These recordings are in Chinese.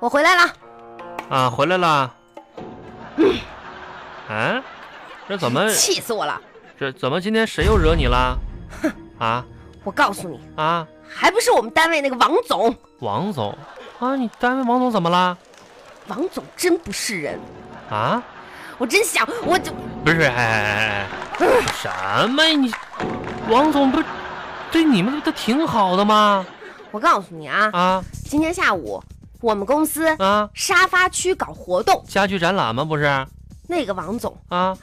我回来了，啊，回来 啦。啊，这怎么气死我了！这怎么今天谁又惹你啦？啊我告诉你，啊，还不是我们单位那个王总，王总啊，你单位王总怎么啦？王总真不是人，啊，我真想我就不是，哎哎哎 哎，什么呀你？王总不是对你们都挺好的吗？我告诉你啊，啊今天下午我们公司啊，沙发区搞活动，家具展览吗？不是啊，那个王总啊，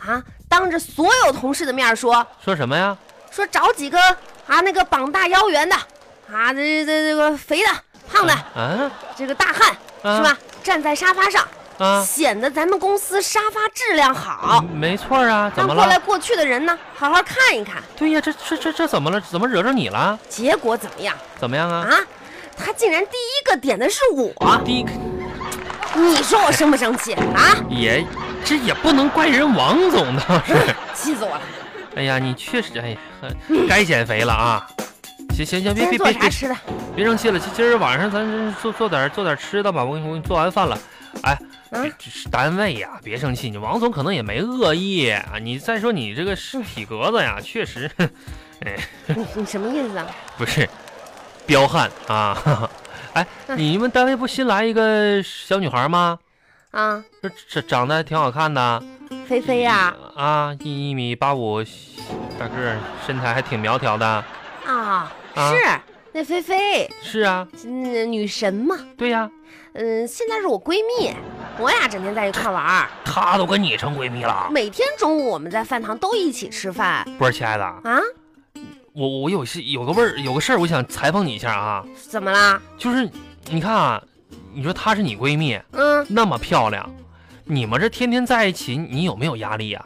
当着所有同事的面说说什么呀？说找几个啊那个膀大腰圆的啊这这这个肥的胖的啊这个大汉啊是吧，站在沙发上，啊，显得咱们公司沙发质量好。没错啊，怎让么过来了？过去的人呢，好好看一看。对呀，这这这这怎么了？怎么惹着你了？结果怎么样怎么样啊？啊？他竟然第一个点的是我，第一个你说我生不生气 啊？也这也不能怪人王总倒 是。气死我了！哎呀，你确实，哎呀，该减肥了啊！行行行，今别天别做别啥别吃的？别生气了，今今儿晚上咱这做做点做点吃的吧，我给你我给你做完饭了。哎，嗯这这是单位呀，别生气，你王总可能也没恶意啊。你再说你这个嗯是体格子呀，确实你你什么意思啊？不是彪悍啊。哈哈哎，嗯你们单位不新来一个小女孩吗？啊，这这长得还挺好看的。菲菲呀、啊，一一米八五，大个儿，身材还挺苗条的。啊，啊是那菲菲，是啊，嗯，女神嘛，对呀、嗯，现在是我闺蜜，我俩整天在一块玩儿，她都跟你成闺蜜了。每天中午我们在饭堂都一起吃饭不是，亲爱的，啊？我我有些有个味儿，有个事儿，我想采访你一下啊，怎么啦？就是你看啊，你说她是你闺蜜，嗯，那么漂亮，你们这天天在一起，你有没有压力呀、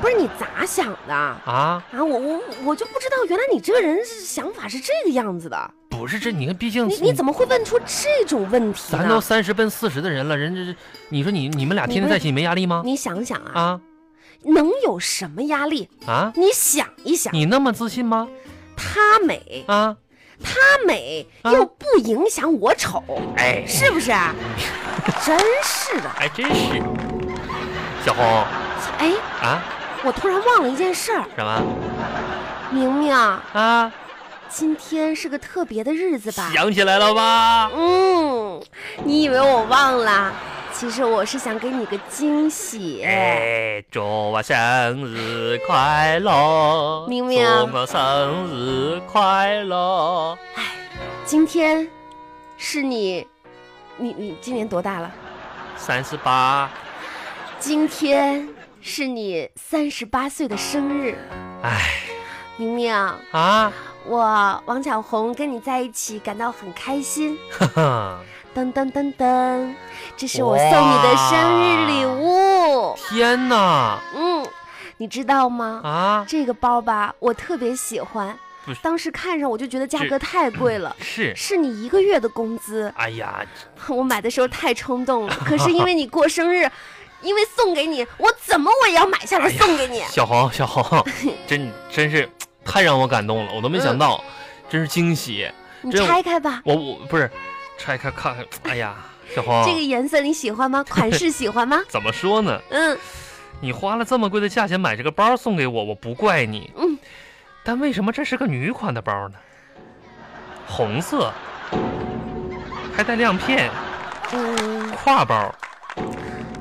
不是你咋想的？啊？啊，我我我就不知道，原来你这个人是想法是这个样子的。不是这，你看，毕竟你你怎么会问出这种问题咱都呢？三十奔四十的人了，人这这，你说你你们俩天天在一起，你没压力吗？你想想啊，啊能有什么压力？啊，你想一想，你那么自信吗？她美，啊，她美啊又不影响我丑，哎是 不是啊？真是的，还真是。小红哎，啊，我突然忘了一件事儿，什么明明啊，啊？今天是个特别的日子吧？想起来了吧？嗯，你以为我忘了？其实我是想给你个惊喜。哎，祝我生日快乐！明明祝我生日快乐！今天是你，你你今年多大了？三十八，今天是你三十八岁的生日，哎明明，啊，我王小红跟你在一起感到很开心。呵呵，噔噔噔噔，这是我送你的生日礼物。天哪！嗯，你知道吗？啊，这个包吧，我特别喜欢不是，嗯当时看上我就觉得价这格太贵了。是，是你一个月的工资， 哎呀，我买的时候太冲动 了，可是因为你过生日，因为送给你，我怎么我也要买下来送给你。小红，小 红，真真是太让我感动了，我都没嗯想到，真是惊喜。你这拆开吧，我我不是拆开看看，哎呀，小红，这个颜色你喜欢 吗？款式喜欢吗？怎么说呢？嗯，你花了这么贵的价钱买这个包送给我，我不怪你。嗯，但为什么这是个女款的包呢？红色，还带亮片，嗯，挎包。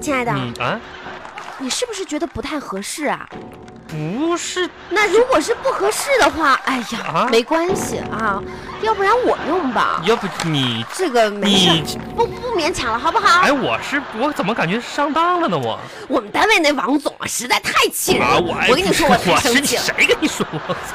亲爱的，你啊，你是不是觉得不太合适啊？不是那如果是不合适的 话，哎呀，啊没关系啊，要不然我用吧，要不你这个没事儿，你不不勉强了，好不好？哎，我是我怎么感觉上当了呢？我我们单位那王总啊，实在太气人了，我我跟你说，我太是生你气了。谁跟你说？我操